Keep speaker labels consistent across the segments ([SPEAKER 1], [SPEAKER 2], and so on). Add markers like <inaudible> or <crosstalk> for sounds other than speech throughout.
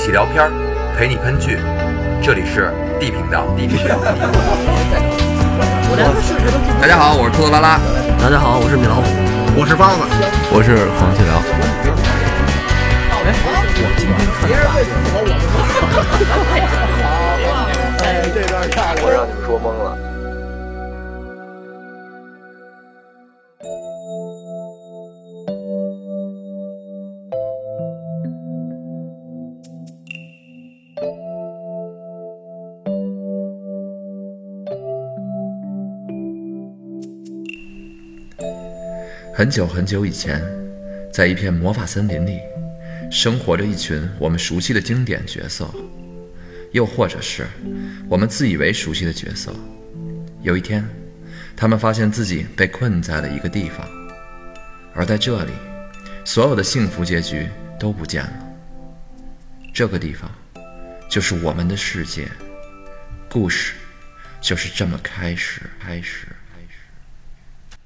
[SPEAKER 1] 起聊片儿，陪你喷剧。这里是 D 频道。D 频道。大家好，我是兔子拉拉。
[SPEAKER 2] 大家好，我是米老虎。
[SPEAKER 3] 我是包子，
[SPEAKER 4] 我是黄继辽。
[SPEAKER 1] 我让你们说懵了。
[SPEAKER 4] 很久很久以前，在一片魔法森林里，生活着一群我们熟悉的经典角色，又或者是我们自以为熟悉的角色。有一天，他们发现自己被困在了一个地方，而在这里，所有的幸福结局都不见了。这个地方，就是我们的世界，故事就是这么开始，开始，开始。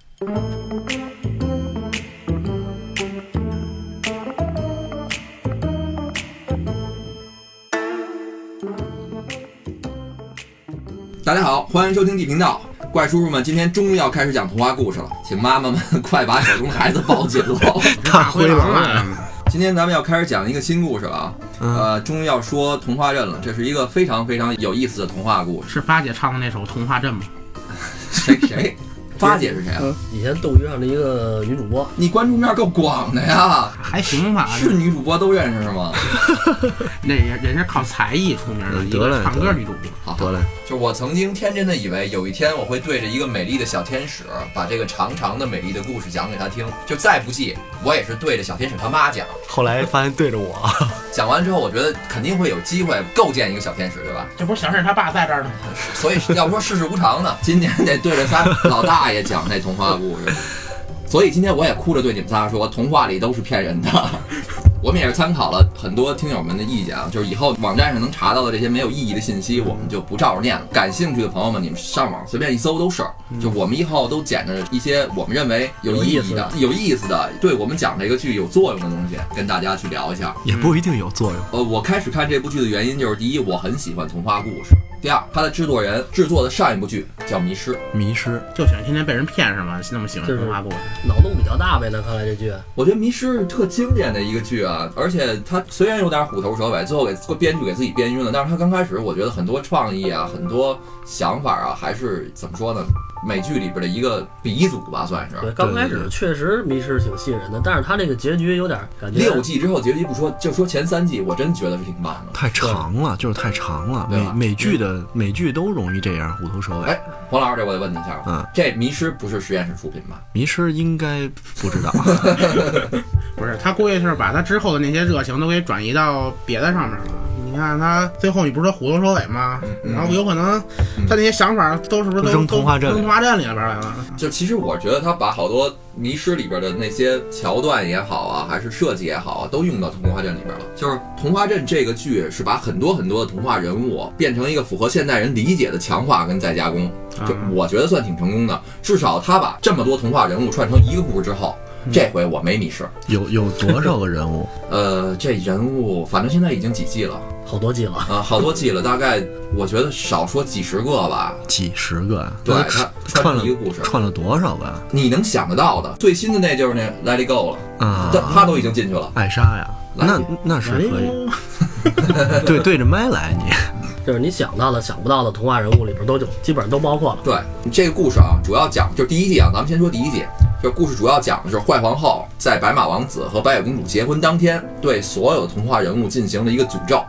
[SPEAKER 1] 大家好，欢迎收听地频道。怪叔叔们，今天终于要开始讲童话故事了，请妈妈们快把手中的孩子抱紧喽。
[SPEAKER 3] 大灰狼
[SPEAKER 5] 啊
[SPEAKER 3] 来了。
[SPEAKER 1] 今天咱们要开始讲一个新故事了啊，呃，终于要说童话镇了。这是一个非常非常有意思的童话故事。
[SPEAKER 5] 是八姐唱的那首《童话镇》吗？
[SPEAKER 1] 谁谁？八姐是谁啊？
[SPEAKER 2] 以前斗鱼上的一个女主播，
[SPEAKER 1] 你关注面够广的呀，
[SPEAKER 5] 还行吧，
[SPEAKER 1] 是女主播都认识是吗？
[SPEAKER 5] <laughs> 那也人是靠才艺出名的一
[SPEAKER 3] 得了
[SPEAKER 5] 个唱歌女主播。
[SPEAKER 1] 好，
[SPEAKER 3] 得嘞，
[SPEAKER 1] 就我曾经天真的以为，有一天我会对着一个美丽的小天使，把这个长长的美丽的故事讲给他听。就再不济，我也是对着小天使他妈讲。
[SPEAKER 3] 后来发现对着我，
[SPEAKER 1] 讲完之后，我觉得肯定会有机会构建一个小天使，对吧？
[SPEAKER 5] 这不是小沈他爸在这儿呢吗？
[SPEAKER 1] 所以要不说世事无常呢， <laughs> 今年得对着仨老大爷讲那童话故事。所以今天我也哭着对你们仨说，童话里都是骗人的。 <laughs> 我们也是参考了很多听友们的意见啊，就是以后网站上能查到的这些没有意义的信息，我们就不照着念了。感兴趣的朋友们，你们上网随便一搜都是。就我们以后都捡着一些我们认为嗯有意义的、有意思的，对我们讲这个剧有作用的东西，跟大家去聊一下。
[SPEAKER 3] <laughs> 也不一定有作用。
[SPEAKER 1] 呃，我开始看这部剧的原因就是：第一，我很喜欢童话故事；第二，它的制作人制作的上一部剧叫《迷失》，
[SPEAKER 3] 迷失，
[SPEAKER 5] 就喜欢天天被人骗是吗？那么喜欢
[SPEAKER 2] 就是
[SPEAKER 5] 童话故事，
[SPEAKER 2] 脑洞比较大呗。那看来这剧
[SPEAKER 1] 我觉得《迷失》是特经典的一个剧啊，而且它虽然有点虎头蛇尾，最后给编剧给自己编晕了，但是它刚开始我觉得很多创意啊，很多想法啊，还是怎么说呢？美剧里边的一个鼻祖吧，算是。
[SPEAKER 2] 对，刚开始确实迷失挺吸引人的，但是他这个结局有点感觉
[SPEAKER 1] 六季之后结局不说，就说前三季，我真觉得是挺棒的。
[SPEAKER 3] 太长了，就是太长了。
[SPEAKER 1] 对吧嗯
[SPEAKER 3] 美美剧的美剧都容易这样虎头蛇尾。
[SPEAKER 1] 哎，黄老师，这我得问你一下，
[SPEAKER 3] 嗯，
[SPEAKER 1] 这《迷失》不是实验室出品吧？
[SPEAKER 3] 迷失应该不知
[SPEAKER 1] <laughs>
[SPEAKER 3] 道，
[SPEAKER 5] 不是他估计是把他之后的那些热情都给转移到别的上面了。你看他最后你不是说虎头蛇尾吗？
[SPEAKER 1] 嗯
[SPEAKER 5] 然后有可能他那些想法都是不是
[SPEAKER 3] 都
[SPEAKER 5] 都
[SPEAKER 3] 扔童话镇
[SPEAKER 5] 都
[SPEAKER 3] 里
[SPEAKER 5] 扔童话镇里边来了？
[SPEAKER 1] 就其实我觉得他把好多迷失里边的那些桥段也好啊，还是设计也好啊，都用到童话镇里边了。就是童话镇这个剧是把很多很多的童话人物变成一个符合现代人理解的强化跟再加工，就
[SPEAKER 5] 啊
[SPEAKER 1] 我觉得算挺成功的。至少他把这么多童话人物串成一个故事之后，这回我没迷失。
[SPEAKER 3] 有有多少个人物？ <laughs>
[SPEAKER 1] 呃，这人物反正现在已经几季了
[SPEAKER 2] 好多季了。
[SPEAKER 1] 啊、好多季了，大概我觉得少说几十个吧。
[SPEAKER 3] 几十个啊？
[SPEAKER 1] 对
[SPEAKER 3] 那，
[SPEAKER 1] 他
[SPEAKER 3] 串
[SPEAKER 1] 串
[SPEAKER 3] 了
[SPEAKER 1] 成一个故事，
[SPEAKER 3] 串了多少个啊
[SPEAKER 1] 你能想得到的最新的那就是那《Let It Go》了。
[SPEAKER 3] 啊？
[SPEAKER 1] 但他都已经进去了。
[SPEAKER 3] 艾莎呀，
[SPEAKER 1] 来
[SPEAKER 3] 那那是可以， <laughs> 对对着麦来
[SPEAKER 1] <laughs>
[SPEAKER 3] 你。
[SPEAKER 2] 就是你想到的、想不到的童话人物里边都有，基本上都包括了。
[SPEAKER 1] 对，这个故事啊，主要讲就是第一季啊，咱们先说第一季。这故事主要讲的是坏皇后在白马王子和白雪公主结婚当天，对所有童话人物进行了一个诅咒，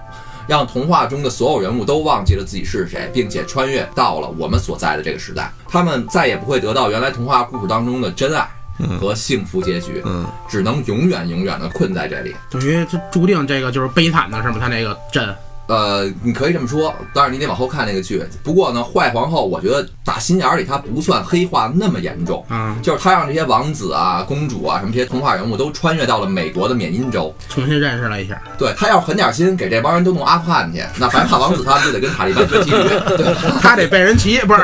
[SPEAKER 1] 让童话中的所有人物都忘记了自己是谁，并且穿越到了我们所在的这个时代。他们再也不会得到原来童话故事当中的真爱和幸福结局，
[SPEAKER 3] 嗯，
[SPEAKER 1] 只能永远永远的困在这里。
[SPEAKER 5] 等于就注定这个就是悲惨的是吗？他那个镇
[SPEAKER 1] 呃，你可以这么说，但是你得往后看那个剧。不过呢，坏皇后，我觉得打心眼儿里她不算黑化那么严重，
[SPEAKER 5] 啊，
[SPEAKER 1] 就是她让这些王子啊、公主啊什么这些童话人物都穿越到了美国的缅因州。
[SPEAKER 5] 重新认识了一下，
[SPEAKER 1] 对她要是狠点心，给这帮人都弄阿富汗去，那白发王子他们就得跟塔利班学骑驴。对吧，
[SPEAKER 5] 他得被人骑，不是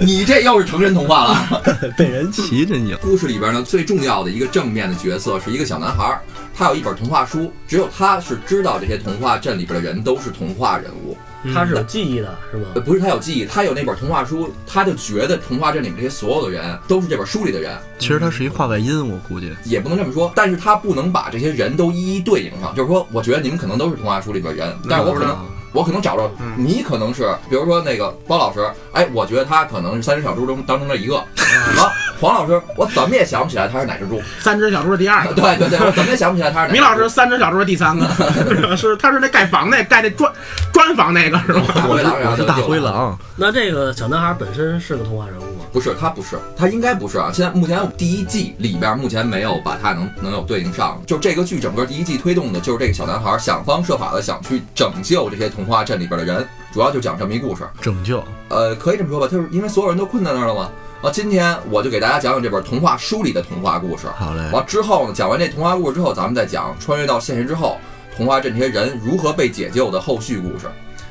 [SPEAKER 1] 你这又是成人童话了。
[SPEAKER 3] 被人骑真硬。
[SPEAKER 1] 故事里边呢，最重要的一个正面的角色是一个小男孩儿，他有一本童话书，只有他是知道这些童话镇里边的人都是童话人物，
[SPEAKER 2] 他是有记忆的，是吗
[SPEAKER 1] 呃？不是他有记忆，他有那本童话书，他就觉得童话镇里面这些所有的人都是这本书里的人，
[SPEAKER 3] 其实他是一话外音，我估计。
[SPEAKER 1] 也不能这么说，但是他不能把这些人都一一对应上，就是说，我觉得你们可能都是童话书里边人，但是我可能。我可能找着
[SPEAKER 5] 嗯
[SPEAKER 1] 你，可能是比如说那个包老师，哎，我觉得他可能是三只小猪中当中的一个。啊，黄老师，我怎么也想不起来他是哪只猪。 <laughs>
[SPEAKER 5] 三只小猪的第二个。
[SPEAKER 1] 对对对，我怎么也想不起来他是哪只
[SPEAKER 5] 米
[SPEAKER 1] 猪。<laughs>
[SPEAKER 5] 老师三只小猪的第三个， <laughs> 是他是那盖房那盖那砖砖房那个是吧？
[SPEAKER 1] 大灰狼，然后
[SPEAKER 3] 我
[SPEAKER 1] 哎就是
[SPEAKER 3] 大灰
[SPEAKER 1] 了。
[SPEAKER 3] 狼，
[SPEAKER 2] 那这个小男孩本身是个童话人物吗？
[SPEAKER 1] 不是，他不是，他应该不是啊。现在目前第一季里边，目前没有把他能能有对应上。就这个剧整个第一季推动的就是这个小男孩想方设法的想去拯救这些童话镇里边的人，主要就讲这么一故事。
[SPEAKER 3] 拯救
[SPEAKER 1] 呃，可以这么说吧，就是因为所有人都困在那儿了嘛。啊，今天我就给大家讲讲这本童话书里的童话故事。
[SPEAKER 3] 好嘞，
[SPEAKER 1] 完之后呢，讲完这童话故事之后，咱们再讲穿越到现实之后，童话镇这些人如何被解救的后续故事。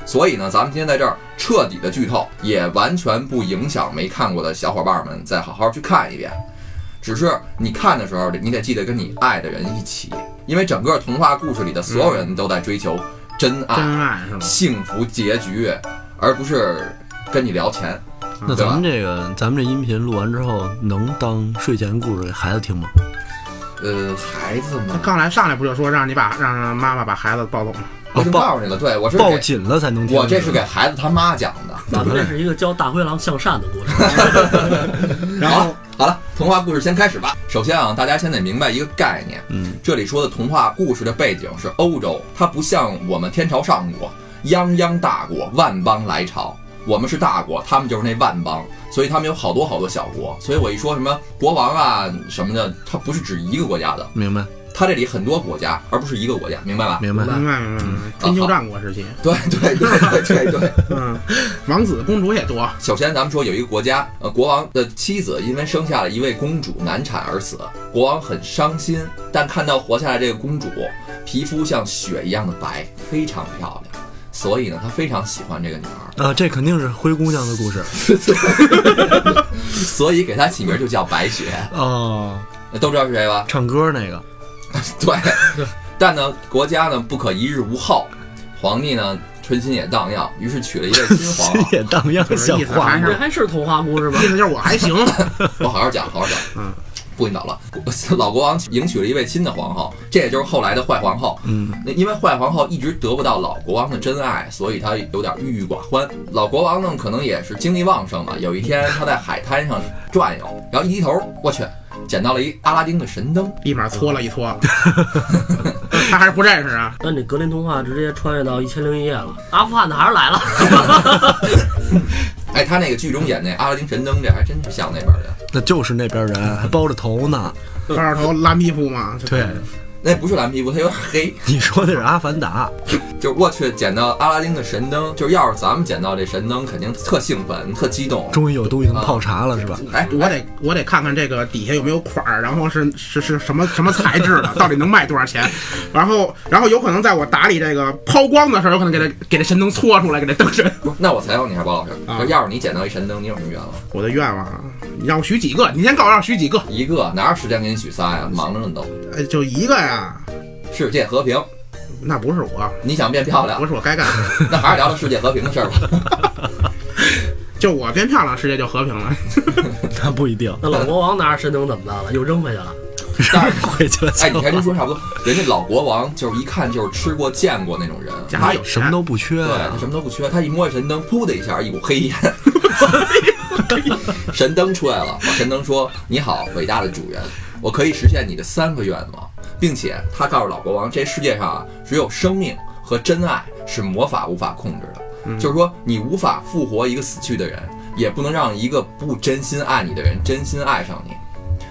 [SPEAKER 1] 所以呢，咱们今天在这儿彻底的剧透，也完全不影响没看过的小伙伴们再好好去看一遍。只是你看的时候，你得记得跟你爱的人一起，因为整个童话故事里的所有人都在追求真爱、
[SPEAKER 5] 真爱是吧？
[SPEAKER 1] 幸福结局，而不是跟你聊钱。
[SPEAKER 3] 那咱们这个咱们这音频录完之后，能当睡前故事给孩子听吗？
[SPEAKER 1] 呃，孩子
[SPEAKER 5] 他
[SPEAKER 1] 嘛，
[SPEAKER 5] 刚来上来不就说让你把让妈妈把孩子抱走吗？
[SPEAKER 1] 我
[SPEAKER 3] 哦
[SPEAKER 1] 已经告
[SPEAKER 3] 抱
[SPEAKER 1] 诉你了，对我是
[SPEAKER 3] 抱
[SPEAKER 1] 给
[SPEAKER 3] 紧了才能听。
[SPEAKER 1] 我这是给孩子他妈讲的。
[SPEAKER 2] 咱们这是一个教大灰狼向善的故事。 <laughs>
[SPEAKER 1] 好
[SPEAKER 5] 然后
[SPEAKER 1] 了好了，童话故事先开始吧。首先啊，大家先得明白一个概念，
[SPEAKER 3] 嗯，
[SPEAKER 1] 这里说的童话故事的背景是欧洲，它不像我们天朝上国，泱泱大国，万邦来朝。我们是大国，他们就是那万邦，所以他们有好多好多小国。所以我一说什么国王啊什么的，它不是指一个国家的，
[SPEAKER 3] 明白
[SPEAKER 1] 它这里很多国家，而不是一个国家，明白吧？
[SPEAKER 3] 明白。
[SPEAKER 5] 明白明白明
[SPEAKER 1] 嗯
[SPEAKER 5] 白，春秋战
[SPEAKER 1] <laughs>
[SPEAKER 5] 国时期，
[SPEAKER 1] 对对对对对对。
[SPEAKER 5] 嗯，王子公主也多，
[SPEAKER 1] 首先，咱们说有一个国家，呃，国王的妻子因为生下了一位公主难产而死，国王很伤心，但看到活下来这个公主，皮肤像雪一样的白，非常漂亮，所以呢，他非常喜欢这个女孩，
[SPEAKER 3] 啊，这肯定是灰姑娘的故事
[SPEAKER 1] <laughs> 所以给她起名就叫白雪，
[SPEAKER 3] 哦，
[SPEAKER 1] 都知道是谁
[SPEAKER 3] <laughs>
[SPEAKER 1] 吧？
[SPEAKER 3] 唱歌那个。
[SPEAKER 1] 对，但呢，国家呢不可一日无后，皇帝呢春心也荡漾，于是娶了一位新皇后
[SPEAKER 3] <laughs> 也荡漾
[SPEAKER 5] 就是
[SPEAKER 3] 像
[SPEAKER 5] 意思
[SPEAKER 3] 话
[SPEAKER 5] 还
[SPEAKER 3] 吗
[SPEAKER 5] 是
[SPEAKER 2] 这还是童话故事吗
[SPEAKER 5] 意？思就是我还行，
[SPEAKER 1] 我好好讲，好好讲。
[SPEAKER 5] 嗯，
[SPEAKER 1] 不引导了。 <laughs> 老国王迎娶了一位新的皇后，这也就是后来的坏皇后。
[SPEAKER 3] 嗯，
[SPEAKER 1] 那因为坏皇后一直得不到老国王的真爱，所以她有点郁郁寡欢。老国王呢，可能也是精力旺盛吧。有一天，他在海滩上转悠，然后一低头，我去，捡到了一阿拉丁的神灯。
[SPEAKER 5] 立马搓了一
[SPEAKER 1] <laughs>
[SPEAKER 5] 搓，他还是不认识啊。
[SPEAKER 2] 那你格林童话直接穿越到一千零一夜了，阿富汗的还是来了。
[SPEAKER 1] 哎，他那个剧中演那阿拉丁神灯，这还真是像那边的。
[SPEAKER 3] 那就是那边人，还包着头呢。
[SPEAKER 5] 高老头蓝皮肤嘛，就
[SPEAKER 3] 对，
[SPEAKER 1] 那不是蓝皮肤，它有点黑。
[SPEAKER 3] 你说的是《阿凡达》，
[SPEAKER 1] 就是我去，捡到阿拉丁的神灯，就是要是咱们捡到这神灯，肯定特兴奋、特激动。
[SPEAKER 3] 终于有东西能泡茶了，是吧？
[SPEAKER 1] 哎，
[SPEAKER 5] 我得我得看看这个底下有没有款儿，然后是是是什么什么材质的，到底能卖多少钱？然后然后有可能在我打理这个抛光的时候，有可能给它给这神灯搓出来，给它灯神。 <laughs>
[SPEAKER 1] 不是，那我采访你一下，包老师，
[SPEAKER 5] 啊
[SPEAKER 1] 就要是你捡到一神灯，你有什么愿望？
[SPEAKER 5] 我的愿望啊，你让我许几个？你先告诉我让我许几个？
[SPEAKER 1] 一个哪有时间给你许仨呀？忙着呢都。
[SPEAKER 5] 呃，就一个呀？
[SPEAKER 1] 世界和平，
[SPEAKER 5] 那不是我，
[SPEAKER 1] 你想变漂亮
[SPEAKER 5] 不，是我该干的。
[SPEAKER 1] 那还是聊聊世界和平的事儿吧。
[SPEAKER 5] 就我变漂亮，世界就和平了。
[SPEAKER 3] 那不一定，
[SPEAKER 2] 那老国王拿着神灯怎么办了？又扔回去了。
[SPEAKER 1] 但是，
[SPEAKER 3] 回去了
[SPEAKER 1] 哎，你还真说差不多。人家老国王就是一看就是吃过见过那种人，
[SPEAKER 5] 家里有
[SPEAKER 3] 什么
[SPEAKER 5] 钱
[SPEAKER 3] 都不缺
[SPEAKER 1] 对
[SPEAKER 3] 啊
[SPEAKER 1] 他。什么都不缺，他一摸神灯，噗的一下，一股黑烟。 <laughs> 神灯出来了，神灯说：“你好，伟大的主人，我可以实现你的三个愿望，并且他告诉老国王，这世界上啊，只有生命和真爱是魔法无法控制的，就是说你无法复活一个死去的人，也不能让一个不真心爱你的人真心爱上你。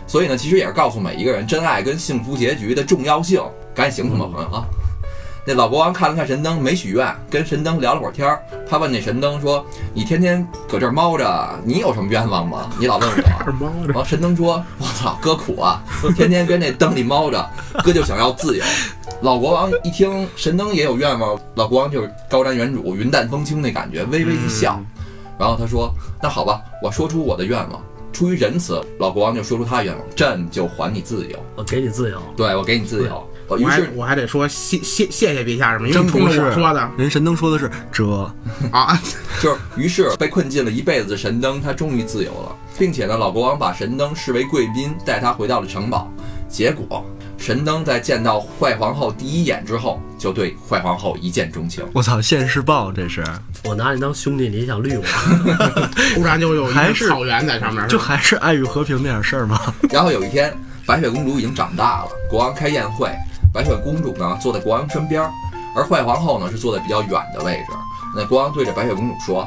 [SPEAKER 1] 所以呢，其实也是告诉每一个人，真爱跟幸福结局的重要性。赶紧行动吧，朋友啊！那老国王看了看神灯，没许愿，跟神灯聊了会儿天儿。他问那神灯说：“你天天搁这儿猫着，你有什么愿望吗？你老问我。” <laughs>
[SPEAKER 5] 二猫
[SPEAKER 1] 然后神灯说：“我操，哥苦啊，天天跟那灯里猫着，哥就想要自由。”老国王一听神灯也有愿望，老国王就是高瞻远瞩、云淡风轻那感觉，微微一笑。然后他说：“那好吧，我说出我的愿望。”出于仁慈，老国王就说出他的愿望：“朕就还你自由，
[SPEAKER 2] 我给你自由。
[SPEAKER 1] 对我给你自由。”我
[SPEAKER 5] 我
[SPEAKER 1] 于
[SPEAKER 5] 还
[SPEAKER 1] 是
[SPEAKER 5] 我还得说谢谢谢谢陛下什么，因为
[SPEAKER 3] 真
[SPEAKER 5] 冲
[SPEAKER 3] 不
[SPEAKER 5] 着
[SPEAKER 3] 是
[SPEAKER 5] 我说
[SPEAKER 3] <laughs>
[SPEAKER 5] 的
[SPEAKER 3] 人神灯说的是这，
[SPEAKER 5] 啊，
[SPEAKER 1] <laughs> 就是，于是被困禁了一辈子的神灯，他终于自由了，并且呢，老国王把神灯视为贵宾，带他回到了城堡。结果，神灯在见到坏皇后第一眼之后，就对坏皇后一见钟情。
[SPEAKER 3] 我操，现世报这是，
[SPEAKER 2] 我拿你当兄弟，你想绿我？
[SPEAKER 5] 突然就有一
[SPEAKER 3] 还
[SPEAKER 5] 个
[SPEAKER 3] 是
[SPEAKER 5] 草原在上面，
[SPEAKER 3] 就还是爱与和平那点事儿吗？
[SPEAKER 1] <laughs> 然后有一天，白雪公主已经长大了，国王开宴会，白雪公主呢坐在国王身边儿，而坏皇后呢是坐在比较远的位置。那国王对着白雪公主说：“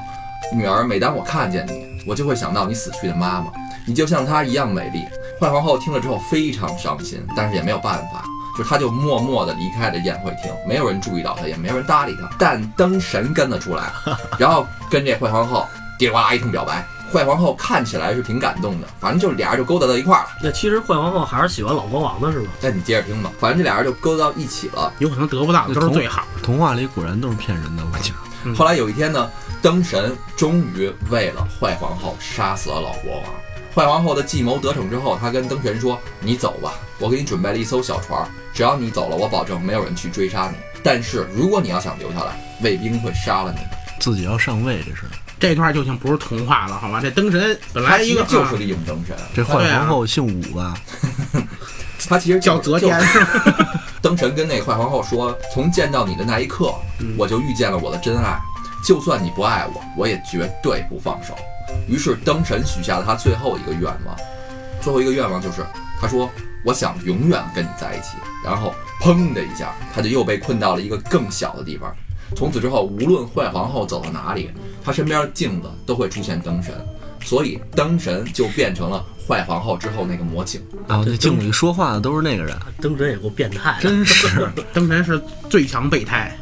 [SPEAKER 1] 女儿，每当我看见你，我就会想到你死去的妈妈，你就像她一样美丽。”坏皇后听了之后非常伤心，但是也没有办法，就她就默默地离开了宴会厅，没有人注意到她，也没有人搭理她。但灯神跟了出来，然后跟这坏皇后叽里呱啦一通表白。坏皇后看起来是挺感动的，反正就俩人就勾搭到一块儿了。
[SPEAKER 2] 那其实坏皇后还是喜欢老国王的是吧？
[SPEAKER 1] 但你接着听吧，反正这俩人就勾到一起了。
[SPEAKER 5] 有可能得不到的都是最好。
[SPEAKER 3] 童话里果然都是骗人的，我觉得。
[SPEAKER 5] 嗯
[SPEAKER 1] 后来有一天呢，灯神终于为了坏皇后杀死了老国王。坏皇后的计谋得逞之后，她跟灯神说：“你走吧，我给你准备了一艘小船，只要你走了，我保证没有人去追杀你。但是如果你要想留下来，卫兵会杀了你。
[SPEAKER 3] 自己要上位这是，
[SPEAKER 5] 这段就已经不是童话了，好吗？这灯神本”
[SPEAKER 1] 他
[SPEAKER 5] 来
[SPEAKER 1] 其
[SPEAKER 5] 一个
[SPEAKER 1] 实就
[SPEAKER 5] 啊
[SPEAKER 1] 是利用灯神，
[SPEAKER 3] 这
[SPEAKER 5] 对
[SPEAKER 3] 坏
[SPEAKER 5] 啊
[SPEAKER 3] 皇后姓武吧？
[SPEAKER 1] 他其实就
[SPEAKER 5] 叫
[SPEAKER 1] 是
[SPEAKER 5] 择
[SPEAKER 1] 就
[SPEAKER 5] 天
[SPEAKER 1] 是
[SPEAKER 5] 是吧？
[SPEAKER 1] 灯神跟那坏皇后说：“从见到你的那一刻，我就遇见了我的真爱。就算你不爱我，我也绝对不放手。”于是灯神许下了他最后一个愿望，最后一个愿望就是他说：“我想永远跟你在一起。”然后砰的一下，他就又被困到了一个更小的地方。从此之后，无论坏皇后走到哪里，他身边镜子都会出现灯神，所以灯神就变成了坏皇后之后那个魔镜。
[SPEAKER 3] 然后那镜里说话的都是那个人，
[SPEAKER 2] 灯神也够变态的。
[SPEAKER 3] 真是 <laughs>
[SPEAKER 5] 灯神是最强备胎，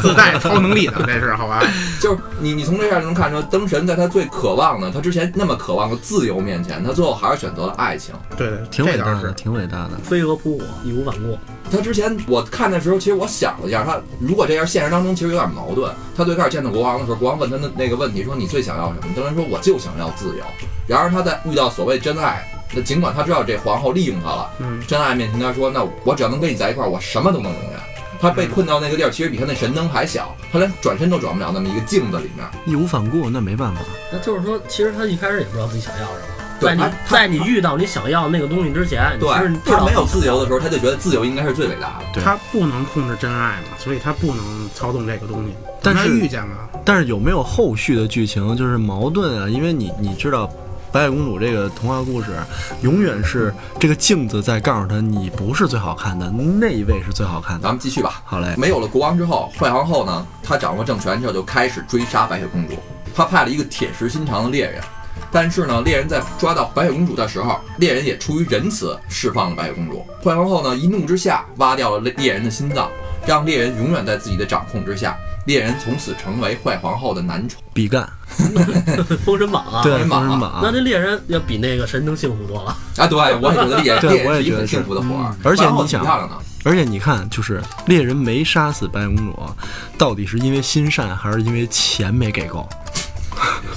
[SPEAKER 5] 自带超能力的，这是好
[SPEAKER 3] <laughs>
[SPEAKER 5] 吧？
[SPEAKER 1] 就是你，你从这样就能看出，灯神在他最渴望的，他之前那么渴望的自由面前，他最后还是选择了爱情。
[SPEAKER 5] 对对，
[SPEAKER 3] 挺
[SPEAKER 5] 这
[SPEAKER 3] 伟大
[SPEAKER 5] 倒
[SPEAKER 3] 的，
[SPEAKER 5] 是。
[SPEAKER 3] 挺伟大的。
[SPEAKER 2] 飞蛾扑火，义无反顾。
[SPEAKER 1] 他之前我看的时候，其实我想了一下，他如果这样，现实当中其实有点矛盾。他最开始见到国王的时候，国王问他的那个问题说：“你最想要什么？”灯神说：“我就想要自由。”然而他在遇到所谓真爱，那尽管他知道这皇后利用他了，
[SPEAKER 5] 嗯，
[SPEAKER 1] 真爱面前他说：“那我只要能跟你在一块儿，我什么都能容忍。”他被困到那个地儿，其实比他那神灯还小，他连转身都转不了，那么一个镜子里面。
[SPEAKER 3] 义无反顾，那没办法。
[SPEAKER 2] 那就是说，其实他一开始也不知道自己想要什么。
[SPEAKER 1] 对
[SPEAKER 2] 在你
[SPEAKER 1] 他他
[SPEAKER 2] 在你遇到你想要那个东西之前，你
[SPEAKER 1] 对
[SPEAKER 2] 其实你不知
[SPEAKER 1] 他
[SPEAKER 2] 道
[SPEAKER 1] 没有自由的时候，他就觉得自由应该是最伟大的。
[SPEAKER 3] 对
[SPEAKER 5] 他不能控制真爱嘛，所以他不能操纵这个东西。
[SPEAKER 3] 但是
[SPEAKER 5] 他遇见了，
[SPEAKER 3] 但是有没有后续的剧情就是矛盾啊？因为你你知道，白雪公主这个童话故事，永远是这个镜子在告诉她，你不是最好看的，那一位是最好看
[SPEAKER 1] 咱
[SPEAKER 3] 的。
[SPEAKER 1] 们继续吧。
[SPEAKER 3] 好嘞，
[SPEAKER 1] 没有了国王之后，坏皇后呢，她掌握政权之后就开始追杀白雪公主。她派了一个铁石心肠的猎人，但是呢，猎人在抓到白雪公主的时候，猎人也出于仁慈释放了白雪公主。坏皇后呢，一怒之下挖掉了猎猎人的心脏，让猎人永远在自己的掌控之下。猎人从此成为坏皇后的男宠。
[SPEAKER 3] 比干，
[SPEAKER 2] 封神榜啊。
[SPEAKER 3] 对，
[SPEAKER 1] 人
[SPEAKER 3] 封
[SPEAKER 1] 榜啊
[SPEAKER 3] 神
[SPEAKER 2] 那
[SPEAKER 3] 榜，
[SPEAKER 2] 这猎人要比那个神灯幸福多 <laughs> 了。
[SPEAKER 1] 啊，对，我也觉得猎人
[SPEAKER 3] <laughs> 对
[SPEAKER 1] 猎
[SPEAKER 3] 我
[SPEAKER 1] 人是一
[SPEAKER 3] 也觉
[SPEAKER 1] 个
[SPEAKER 3] 得
[SPEAKER 1] 很
[SPEAKER 3] 是
[SPEAKER 1] 幸福的活儿
[SPEAKER 3] 嗯，而且
[SPEAKER 1] 坏皇后
[SPEAKER 3] 你想
[SPEAKER 1] 挺漂亮的。
[SPEAKER 3] 而且你看，就是猎人没杀死白雪公主，到底是因为心善还是因为钱没给够？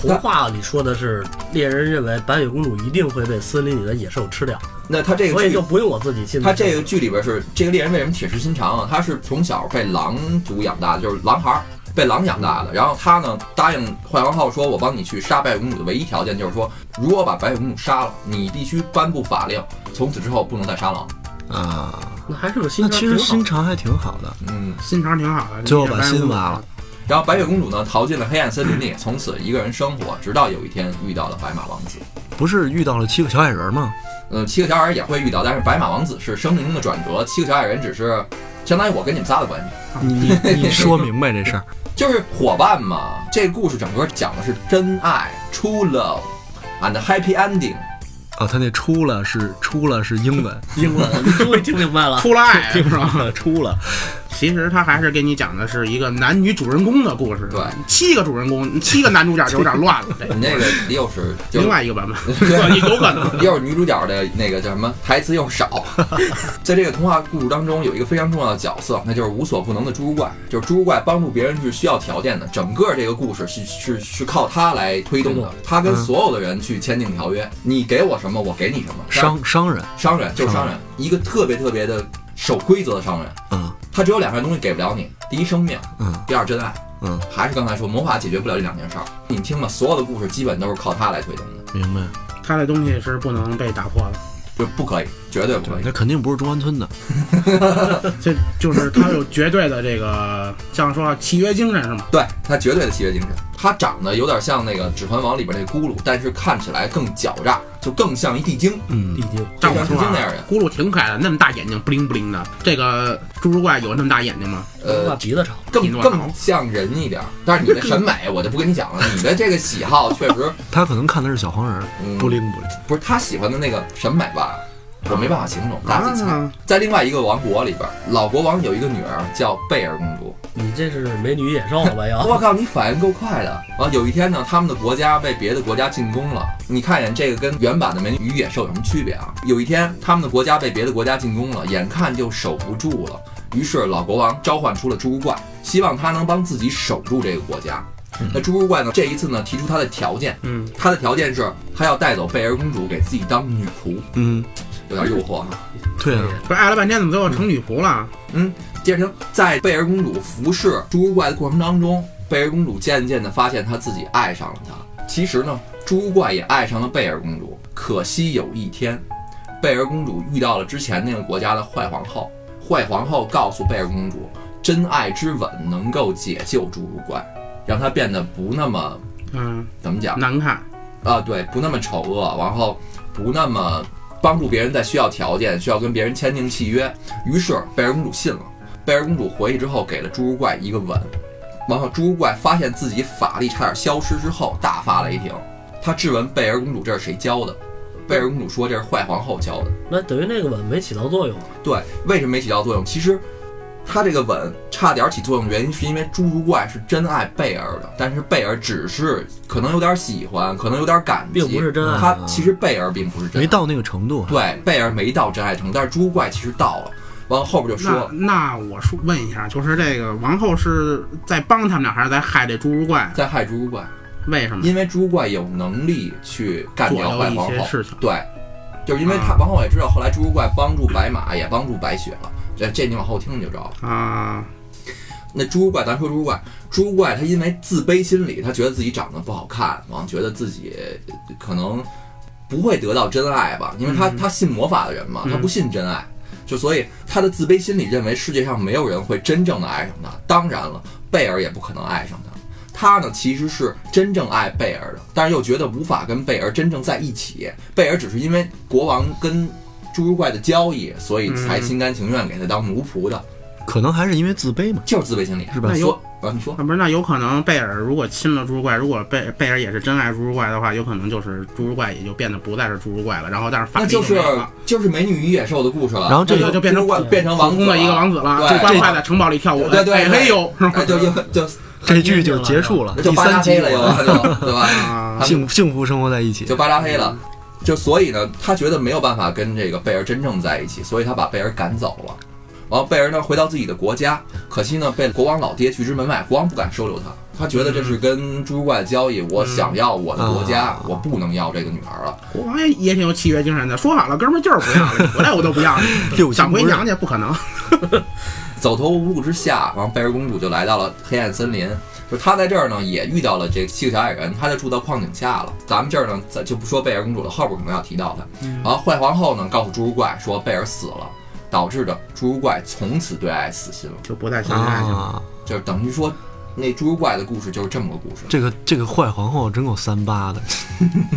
[SPEAKER 2] 童话里说的是，猎人认为白雪公主一定会被森林里的野兽吃掉，
[SPEAKER 1] 那她这个
[SPEAKER 2] 所以
[SPEAKER 1] 剧
[SPEAKER 2] 就不用我自己亲自
[SPEAKER 1] 他
[SPEAKER 2] 吃。
[SPEAKER 1] 这个剧里边是这个猎人为什么铁石心肠啊？他是从小被狼族养大的，就是狼孩儿，被狼养大的。然后他呢答应坏皇后说：“我帮你去杀白雪公主的唯一条件就是说，如果把白雪公主杀了，你必须颁布法令，从此之后不能再杀狼。
[SPEAKER 3] 啊，
[SPEAKER 2] 那还是个心
[SPEAKER 3] 那
[SPEAKER 2] 肠
[SPEAKER 3] 其实
[SPEAKER 2] 挺好
[SPEAKER 3] 心肠还挺好的。”
[SPEAKER 1] 嗯，
[SPEAKER 5] 心肠挺好的。
[SPEAKER 3] 最后
[SPEAKER 5] 这
[SPEAKER 3] 把
[SPEAKER 5] 白
[SPEAKER 3] 心
[SPEAKER 5] 公主
[SPEAKER 3] 挖了，
[SPEAKER 1] 然后白雪公主呢逃进了黑暗森林里，从此一个人生活，直到有一天遇到了白马王子。
[SPEAKER 3] 不是遇到了七个小矮人吗？
[SPEAKER 1] 呃，七个小矮人也会遇到，但是白马王子是生命中的转折，七个小矮人只是相当于我跟你们仨的关系。
[SPEAKER 5] 啊
[SPEAKER 3] 你你你 <laughs> 说明白这事儿，
[SPEAKER 1] 就是伙伴嘛。这故事整个讲的是真爱，true love and happy ending。
[SPEAKER 3] 哦，他那出 <laughs> 了是出了是英文， <laughs>
[SPEAKER 2] 英文，你终于听明白了。
[SPEAKER 5] 出来是吧？
[SPEAKER 3] 出了，
[SPEAKER 5] 其实他还是给你讲的是一个男女主人公的故事。
[SPEAKER 1] 对，
[SPEAKER 5] 七个主人公，七个男主角就有点乱
[SPEAKER 3] <laughs>
[SPEAKER 5] 了。这
[SPEAKER 1] 你那个又是就
[SPEAKER 5] 另
[SPEAKER 1] 是
[SPEAKER 5] 外一个版本，有可能。
[SPEAKER 1] 又是女主角的那个叫什么台词又少， <laughs> 在这个童话故事当中有一个非常重要的角色，那就是无所不能的侏儒怪。就是侏儒怪帮助别人是需要条件的，整个这个故事是是是靠他来推动的，他跟所有的人去签订条约，你给我什么，我给你什么。
[SPEAKER 3] 商商人，
[SPEAKER 1] 嗯商人就是商人，一个特别特别的守规则的商人，
[SPEAKER 3] 嗯
[SPEAKER 1] 他只有两样东西给不了你：第一，生命；
[SPEAKER 3] 嗯
[SPEAKER 1] 第二，真爱。
[SPEAKER 3] 嗯，
[SPEAKER 1] 还是刚才说，魔法解决不了这两件事儿。你听吧，所有的故事基本都是靠他来推动的，
[SPEAKER 3] 明白。
[SPEAKER 5] 他的东西是不能被打破的，
[SPEAKER 1] 就不可以，绝对不可以。
[SPEAKER 3] 那肯定不是中关村的，
[SPEAKER 5] 这就是他有绝对的这个， <laughs> 像说契约精神是吗？
[SPEAKER 1] 对他绝对的契约精神，他长得有点像那个《指环王》里边那咕噜，但是看起来更狡诈，就更像一地精，
[SPEAKER 3] 嗯
[SPEAKER 2] 地，精，
[SPEAKER 5] 照我
[SPEAKER 1] 就
[SPEAKER 5] 说
[SPEAKER 1] 像地精
[SPEAKER 5] 啊
[SPEAKER 1] 那样人。
[SPEAKER 5] 咕噜挺可爱的，那么大眼睛，不灵不灵的。这个侏儒怪有那么大眼睛吗？
[SPEAKER 2] 把
[SPEAKER 1] 呃，
[SPEAKER 2] 鼻子长。
[SPEAKER 1] 更
[SPEAKER 5] 你多好
[SPEAKER 1] 更像人一点儿。但是你的审美我就不跟你讲了，你的这个喜好确实
[SPEAKER 3] 他可能看的是小黄人，
[SPEAKER 1] 嗯
[SPEAKER 3] 不灵不灵。
[SPEAKER 1] 不是他喜欢的那个审美吧，我没办法形容，大家自己猜
[SPEAKER 5] 啊。
[SPEAKER 1] 在另外一个王国里边，老国王有一个女儿叫贝尔公主，
[SPEAKER 2] 你这是美女与野兽了吧？要
[SPEAKER 1] 我靠，你反应够快的啊！有一天呢，他们的国家被别的国家进攻了。你看一眼这个跟原版的《美女与野兽》有什么区别啊？有一天，他们的国家被别的国家进攻了，眼看就守不住了，于是老国王召唤出了侏儒怪，希望他能帮自己守住这个国家。那侏儒怪呢？这一次呢，提出他的条件，
[SPEAKER 5] 嗯，
[SPEAKER 1] 他的条件是他要带走贝尔公主，给自己当女仆，
[SPEAKER 3] 嗯，
[SPEAKER 1] 有点诱惑啊。
[SPEAKER 3] 对啊，
[SPEAKER 5] 不是爱了半天，怎么最后成女仆了？
[SPEAKER 1] 接着听，在贝尔公主服侍侏儒怪的过程当中，贝尔公主渐渐地发现她自己爱上了他。其实呢，侏儒怪也爱上了贝尔公主。可惜有一天，贝尔公主遇到了之前那个国家的坏皇后，坏皇后告诉贝尔公主，真爱之吻能够解救侏儒怪，让她变得不那么
[SPEAKER 5] 嗯，
[SPEAKER 1] 怎么讲
[SPEAKER 5] 难看。
[SPEAKER 1] 啊，对，不那么丑恶，然后不那么帮助别人在需要条件、需要跟别人签订契约。于是贝尔公主信了，贝尔公主回去之后给了侏儒怪一个吻，然后侏儒怪发现自己法力差点消失之后大发雷霆，他质问贝尔公主这是谁教的，贝尔公主说这是坏皇后教的。
[SPEAKER 2] 那等于那个吻没起到作用啊。
[SPEAKER 1] 对，为什么没起到作用？其实他这个吻差点起作用，原因是因为侏儒怪是真爱贝尔的，但是贝尔只是可能有点喜欢，可能有点感激，
[SPEAKER 2] 并不是真爱
[SPEAKER 1] 他其实贝尔并不是真爱，
[SPEAKER 3] 没到那个程度。啊
[SPEAKER 1] 对，贝尔没到真爱程度，但是侏儒怪其实到了。完了后边就说
[SPEAKER 5] 那
[SPEAKER 1] 了
[SPEAKER 5] 那我说问一下，就是这个王后是在帮他们俩，还是在害这侏儒怪？
[SPEAKER 1] 在害侏儒怪，
[SPEAKER 5] 为什么？
[SPEAKER 1] 因为侏儒怪有能力去干
[SPEAKER 5] 左
[SPEAKER 1] 掉坏
[SPEAKER 5] 右一
[SPEAKER 2] 啊
[SPEAKER 1] 皇
[SPEAKER 5] 些
[SPEAKER 1] 后。
[SPEAKER 5] 事情。
[SPEAKER 1] 对，就是因为他
[SPEAKER 5] 啊
[SPEAKER 1] 王后也知道，后来侏儒怪帮助白马，也帮助白雪了。这这你往后听你就知道了。
[SPEAKER 5] 啊，
[SPEAKER 1] 那侏儒怪，咱说侏儒怪，侏儒怪他因为自卑心理，他觉得自己长得不好看，往往觉得自己可能不会得到真爱吧，因为他、他信魔法的人嘛，他不信真爱，就所以他的自卑心理认为世界上没有人会真正的爱上他。当然了，贝尔也不可能爱上他。他呢，其实是真正爱贝尔的，但是又觉得无法跟贝尔真正在一起。贝尔只是因为国王跟侏儒怪的交易，所以才心甘情愿给他当奴仆的，
[SPEAKER 3] 可能还是因为自卑嘛，
[SPEAKER 1] 就是自卑心理。
[SPEAKER 3] 是吧
[SPEAKER 5] 那？有
[SPEAKER 1] 说啊，你说
[SPEAKER 5] 那不是那有可能贝尔如果亲了侏儒怪，如果贝贝尔也是真爱侏儒怪的话，有可能就是侏儒怪也就变得不再是侏儒怪了，然后但是法
[SPEAKER 1] 那
[SPEAKER 5] 力
[SPEAKER 1] 就是
[SPEAKER 5] 没有了
[SPEAKER 1] 就是美女与野兽的故事了。
[SPEAKER 3] 然后这
[SPEAKER 5] 就
[SPEAKER 3] 个
[SPEAKER 5] 就变成
[SPEAKER 1] 变变成王
[SPEAKER 5] 王
[SPEAKER 1] 子
[SPEAKER 5] 宫的一个
[SPEAKER 1] 了
[SPEAKER 5] 王子了，
[SPEAKER 1] 对
[SPEAKER 5] 欢
[SPEAKER 3] 这
[SPEAKER 5] 快在城堡里跳舞，
[SPEAKER 1] 对对
[SPEAKER 5] 哎
[SPEAKER 1] 对
[SPEAKER 5] 嘿呦，是吧
[SPEAKER 1] 哎，就就就
[SPEAKER 3] 这句就结束了，
[SPEAKER 1] 就
[SPEAKER 3] <laughs> 第
[SPEAKER 1] 巴扎
[SPEAKER 3] 三
[SPEAKER 1] 黑
[SPEAKER 3] 集
[SPEAKER 1] 了，又
[SPEAKER 3] 完了
[SPEAKER 1] 就对吧？
[SPEAKER 5] <laughs> 啊，
[SPEAKER 3] 幸幸福生活在一起
[SPEAKER 1] 就。巴扎黑了，就所以呢，他觉得没有办法跟这个贝尔真正在一起，所以他把贝尔赶走了。然后贝尔呢回到自己的国家，可惜呢被国王老爹拒之门外，国王不敢收留他，他觉得这是跟猪怪的交易，我想要我的国家，
[SPEAKER 3] 嗯
[SPEAKER 1] 我不能要这个女孩了。
[SPEAKER 5] 国王也也挺有契约精神的，说好了，哥们儿就是不要了，回来我都不
[SPEAKER 1] <laughs>
[SPEAKER 5] 要了
[SPEAKER 3] 六，亲
[SPEAKER 5] 想
[SPEAKER 3] 不
[SPEAKER 5] 回
[SPEAKER 3] 认
[SPEAKER 5] 娘家不可能。
[SPEAKER 1] 走投无路之下，然后贝尔公主就来到了黑暗森林。就她在这儿呢，也遇到了这七个小矮人，她就住到矿井下了。咱们这儿呢，咱就不说贝尔公主了，后边可能要提到她。然后坏皇后呢，告诉侏儒怪说贝尔死了，导致的侏儒怪从此对爱死心了。
[SPEAKER 5] 就不再相信爱情了。
[SPEAKER 3] 啊，
[SPEAKER 1] 就是等于说，那侏儒怪的故事就是这么个故事。
[SPEAKER 3] 这个这个坏皇后真够三八的， <laughs>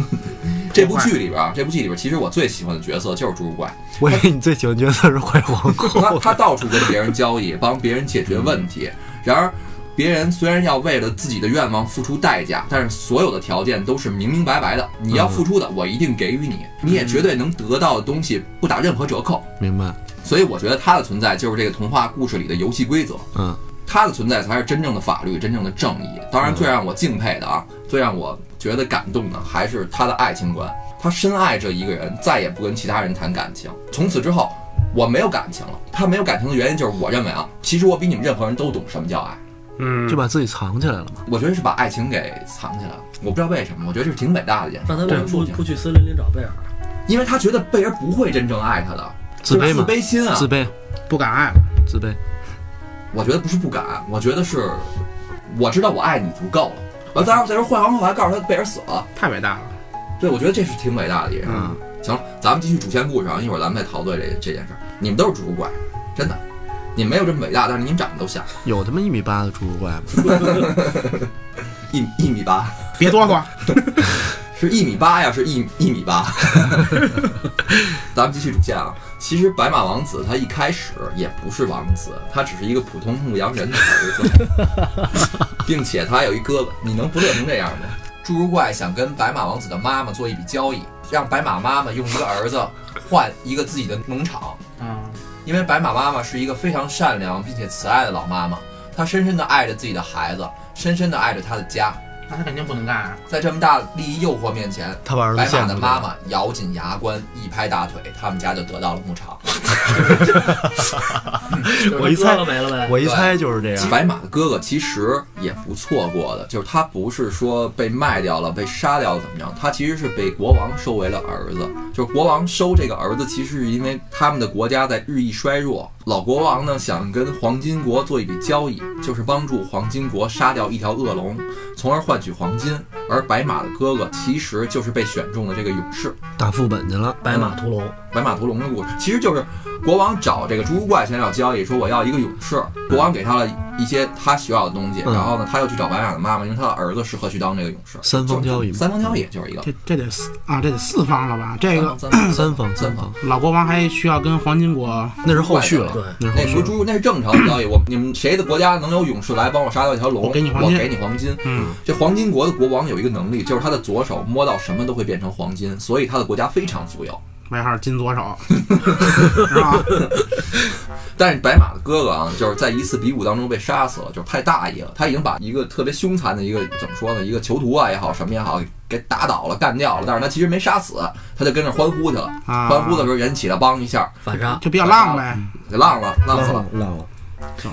[SPEAKER 1] 这部剧里边啊，这部剧里边，其实我最喜欢的角色就是侏儒怪。
[SPEAKER 3] 我以为你最喜欢角色是坏皇
[SPEAKER 1] 他
[SPEAKER 3] 后。
[SPEAKER 1] 他到处跟别人交易，帮别人解决问题。然而，别人虽然要为了自己的愿望付出代价，但是所有的条件都是明明白白的。你要付出的，我一定给予你，你也绝对能得到的东西，不打任何折扣。
[SPEAKER 3] <laughs> 明白，
[SPEAKER 1] 所以我觉得它的存在就是这个童话故事里的游戏规则，
[SPEAKER 3] 嗯，
[SPEAKER 1] 它的存在才是真正的法律，真正的正义。当然，最让我敬佩的啊，最让我觉得感动的还是他的爱情观。他深爱着一个人，再也不跟其他人谈感情。从此之后，我没有感情了。他没有感情的原因就是，我认为啊，其实我比你们任何人都懂什么叫爱。
[SPEAKER 5] 嗯，
[SPEAKER 3] 就把自己藏起来了嘛。
[SPEAKER 1] 我觉得是把爱情给藏起来了。我不知道为什么，我觉得这是挺伟大的一件事。
[SPEAKER 2] 让他为
[SPEAKER 1] 这
[SPEAKER 2] 什
[SPEAKER 1] 种
[SPEAKER 2] 么不
[SPEAKER 1] 事情
[SPEAKER 2] 不去森林里找 <laughs> 贝尔？
[SPEAKER 1] 因为他觉得贝尔不会真正爱他的，
[SPEAKER 3] 自卑嘛
[SPEAKER 1] 自卑心啊，
[SPEAKER 3] 自卑，
[SPEAKER 5] 不敢爱了。
[SPEAKER 3] 自卑。
[SPEAKER 1] 我觉得不是不敢，我觉得是我知道我爱你足够了。完，当然再说换行后来告诉他贝尔死了，
[SPEAKER 5] 太伟大了。
[SPEAKER 1] 对我觉得这是挺伟大的一件事。
[SPEAKER 5] 嗯
[SPEAKER 1] 行了，咱们继续主线故事啊，一会儿咱们再讨论这这件事儿。你们都是主怪，真的，你们没有这么伟大，但是你们长得都像
[SPEAKER 3] 有他妈一米八的侏儒怪吗？
[SPEAKER 1] 一米一米八，
[SPEAKER 5] 别哆嗦，
[SPEAKER 1] 是一米八呀，是一一米八。咱们继续主线啊。其实白马王子他一开始也不是王子，他只是一个普通牧羊人的儿子，并且他有一胳膊。你能不乐成这样 <laughs> 吗？侏儒怪想跟白马王子的妈妈做一笔交易，让白马妈妈用一个儿子换一个自己的农场。
[SPEAKER 5] 嗯，
[SPEAKER 1] 因为白马妈妈是一个非常善良并且慈爱的老妈妈，她深深地爱着自己的孩子，深深地爱着她的家。
[SPEAKER 5] <laughs> 那他肯定不能干啊。
[SPEAKER 1] 在这么大利益诱惑面前，
[SPEAKER 3] 他把儿子
[SPEAKER 1] 白马
[SPEAKER 3] 献
[SPEAKER 1] 的
[SPEAKER 3] 出去
[SPEAKER 1] 妈
[SPEAKER 3] 了。
[SPEAKER 1] 妈咬紧牙关，一拍大腿，他们家就得到了牧场。
[SPEAKER 3] 我一猜
[SPEAKER 2] 哥哥没了呗。
[SPEAKER 3] 我一猜就是这样。
[SPEAKER 1] 白马的哥哥其实也不错过的，就是他不是说被卖掉了、被杀掉了怎么样，他其实是被国王收为了儿子。就是国王收这个儿子，其实是因为他们的国家在日益衰弱，老国王呢想跟黄金国做一笔交易，就是帮助黄金国杀掉一条恶龙，从而换取黄金。而白马的哥哥其实就是被选中的这个勇士。
[SPEAKER 3] 打副本去了，
[SPEAKER 2] 白马屠龙，
[SPEAKER 1] 白马屠龙的故事，其实就是国王找这个猪怪想要交易，说我要一个勇士。国王给他了一些他需要的东西，
[SPEAKER 3] 嗯
[SPEAKER 1] 然后呢，他又去找白马的妈妈，因为他的儿子适合去当这个勇士。
[SPEAKER 3] 三方交易嘛
[SPEAKER 1] 三方交易就是一个
[SPEAKER 5] 这这得四啊，这得四方了吧？这
[SPEAKER 1] 三
[SPEAKER 5] 个
[SPEAKER 1] 方三方
[SPEAKER 3] 三方
[SPEAKER 1] 三
[SPEAKER 3] 三
[SPEAKER 1] 方
[SPEAKER 3] 方，
[SPEAKER 5] 老国王还需要跟黄金国，
[SPEAKER 3] 那是后续了
[SPEAKER 2] 对，
[SPEAKER 3] 那是
[SPEAKER 1] 那
[SPEAKER 3] 后续
[SPEAKER 1] 不是
[SPEAKER 3] 了。
[SPEAKER 1] 猪，那是正常的交易。我你们谁的国家能有勇士来帮我杀掉一条龙，
[SPEAKER 5] 我给你黄金
[SPEAKER 1] 我给你黄金。
[SPEAKER 5] 嗯，
[SPEAKER 1] 这黄金国的国王有一个能力，就是他的左手摸到什么都会变成黄金，所以他的国家非常富有。
[SPEAKER 5] 外号金左手，是吧？
[SPEAKER 1] 但是白马的哥哥啊，就是在一次比武当中被杀死了，就是太大意了。他已经把一个特别凶残的一个怎么说呢，一个囚徒啊也好，什么也好，给打倒了、干掉了。但是他其实没杀死，他就跟着欢呼去了。
[SPEAKER 5] 啊，
[SPEAKER 1] 欢呼的时候，人起来帮一下，
[SPEAKER 2] 反杀，
[SPEAKER 5] 就比较浪呗。
[SPEAKER 1] 给浪了，浪死了。
[SPEAKER 3] 浪了，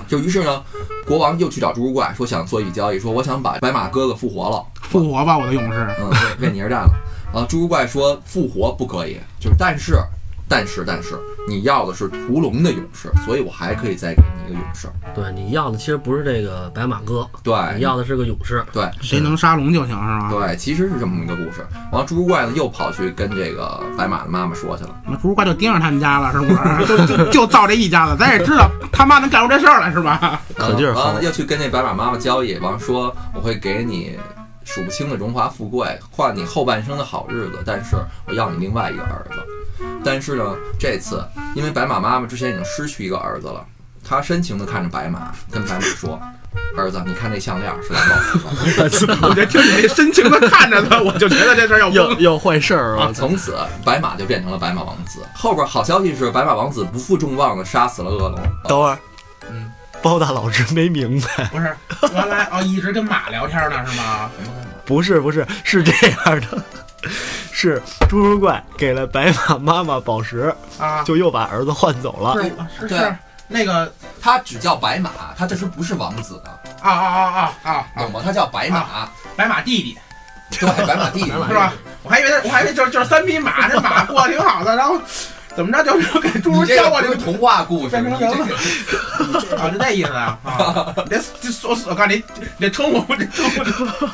[SPEAKER 1] 就于是呢，国王又去找侏儒怪，说想做一笔交易，说我想把白马哥哥复活了，
[SPEAKER 5] 复活吧，我的勇士。
[SPEAKER 1] 嗯，为为你而战了。啊然后侏儒怪说复活不可以，就是但是，但是，但是你要的是屠龙的勇士，所以我还可以再给你一个勇士。
[SPEAKER 2] 对，你要的其实不是这个白马哥，
[SPEAKER 1] 对，
[SPEAKER 2] 你要的是个勇士。
[SPEAKER 1] 对。
[SPEAKER 5] 谁能杀龙就行，是吧？
[SPEAKER 1] 对，其实是这么一个故事。完了，侏儒怪呢又跑去跟这个白马的妈妈说去了。
[SPEAKER 5] 那猪怪就盯上他们家了，是不是？ <laughs> 就就就造这一家子，咱也知道他妈能干出这事儿来，
[SPEAKER 1] <laughs>
[SPEAKER 5] 是吧？
[SPEAKER 1] 然
[SPEAKER 3] 可劲儿
[SPEAKER 1] 后完
[SPEAKER 3] 薅
[SPEAKER 1] 了又去跟那白马妈妈交易，完了说我会给你数不清的荣华富贵，换你后半生的好日子，但是我要你另外一个儿子。但是呢，这次因为白马妈妈之前已经失去一个儿子了，她深情地看着白马，跟白马说：“儿子，你看这项链儿是来报 <laughs> 复的。”
[SPEAKER 3] <laughs>
[SPEAKER 5] 我就听你这深情的看着他，我就觉得这事儿要
[SPEAKER 3] 要
[SPEAKER 5] 崩。
[SPEAKER 3] 要坏事儿啊！
[SPEAKER 1] 从此，白马就变成了白马王子。后边好消息是，白马王子不负众望的杀死了恶龙。
[SPEAKER 3] 等会儿，
[SPEAKER 1] 嗯，
[SPEAKER 3] 包大老师没明白，
[SPEAKER 5] 不是，原来哦一直跟马聊天呢，是吗？
[SPEAKER 3] 不是不是，是这样的， <laughs> 是侏儒怪给了白马妈妈宝石，
[SPEAKER 5] 啊，
[SPEAKER 3] 就又把儿子换走了。
[SPEAKER 5] 是是
[SPEAKER 1] 对
[SPEAKER 5] 是那个
[SPEAKER 1] 他只叫白马，他这时候不是王子的，
[SPEAKER 5] 啊啊啊啊啊，
[SPEAKER 1] 懂吗？他叫白马，
[SPEAKER 5] 白马弟弟
[SPEAKER 1] 对，白马弟弟。
[SPEAKER 5] <laughs> 是吧？我还以为他，我还以为就是就是三匹马，这马过得挺好的，然后怎么着就就给猪
[SPEAKER 1] 你
[SPEAKER 5] 猪
[SPEAKER 1] 这
[SPEAKER 5] 跳
[SPEAKER 1] 个
[SPEAKER 5] 过
[SPEAKER 1] 不
[SPEAKER 5] 去
[SPEAKER 1] 是童话
[SPEAKER 5] <laughs>
[SPEAKER 1] 故事，
[SPEAKER 5] 变
[SPEAKER 1] 你
[SPEAKER 5] 成
[SPEAKER 1] 这
[SPEAKER 5] 人
[SPEAKER 1] 个
[SPEAKER 5] 啊，就那意思啊。啊，
[SPEAKER 1] <laughs>
[SPEAKER 5] 你这这我我告诉你，你这称呼这称呼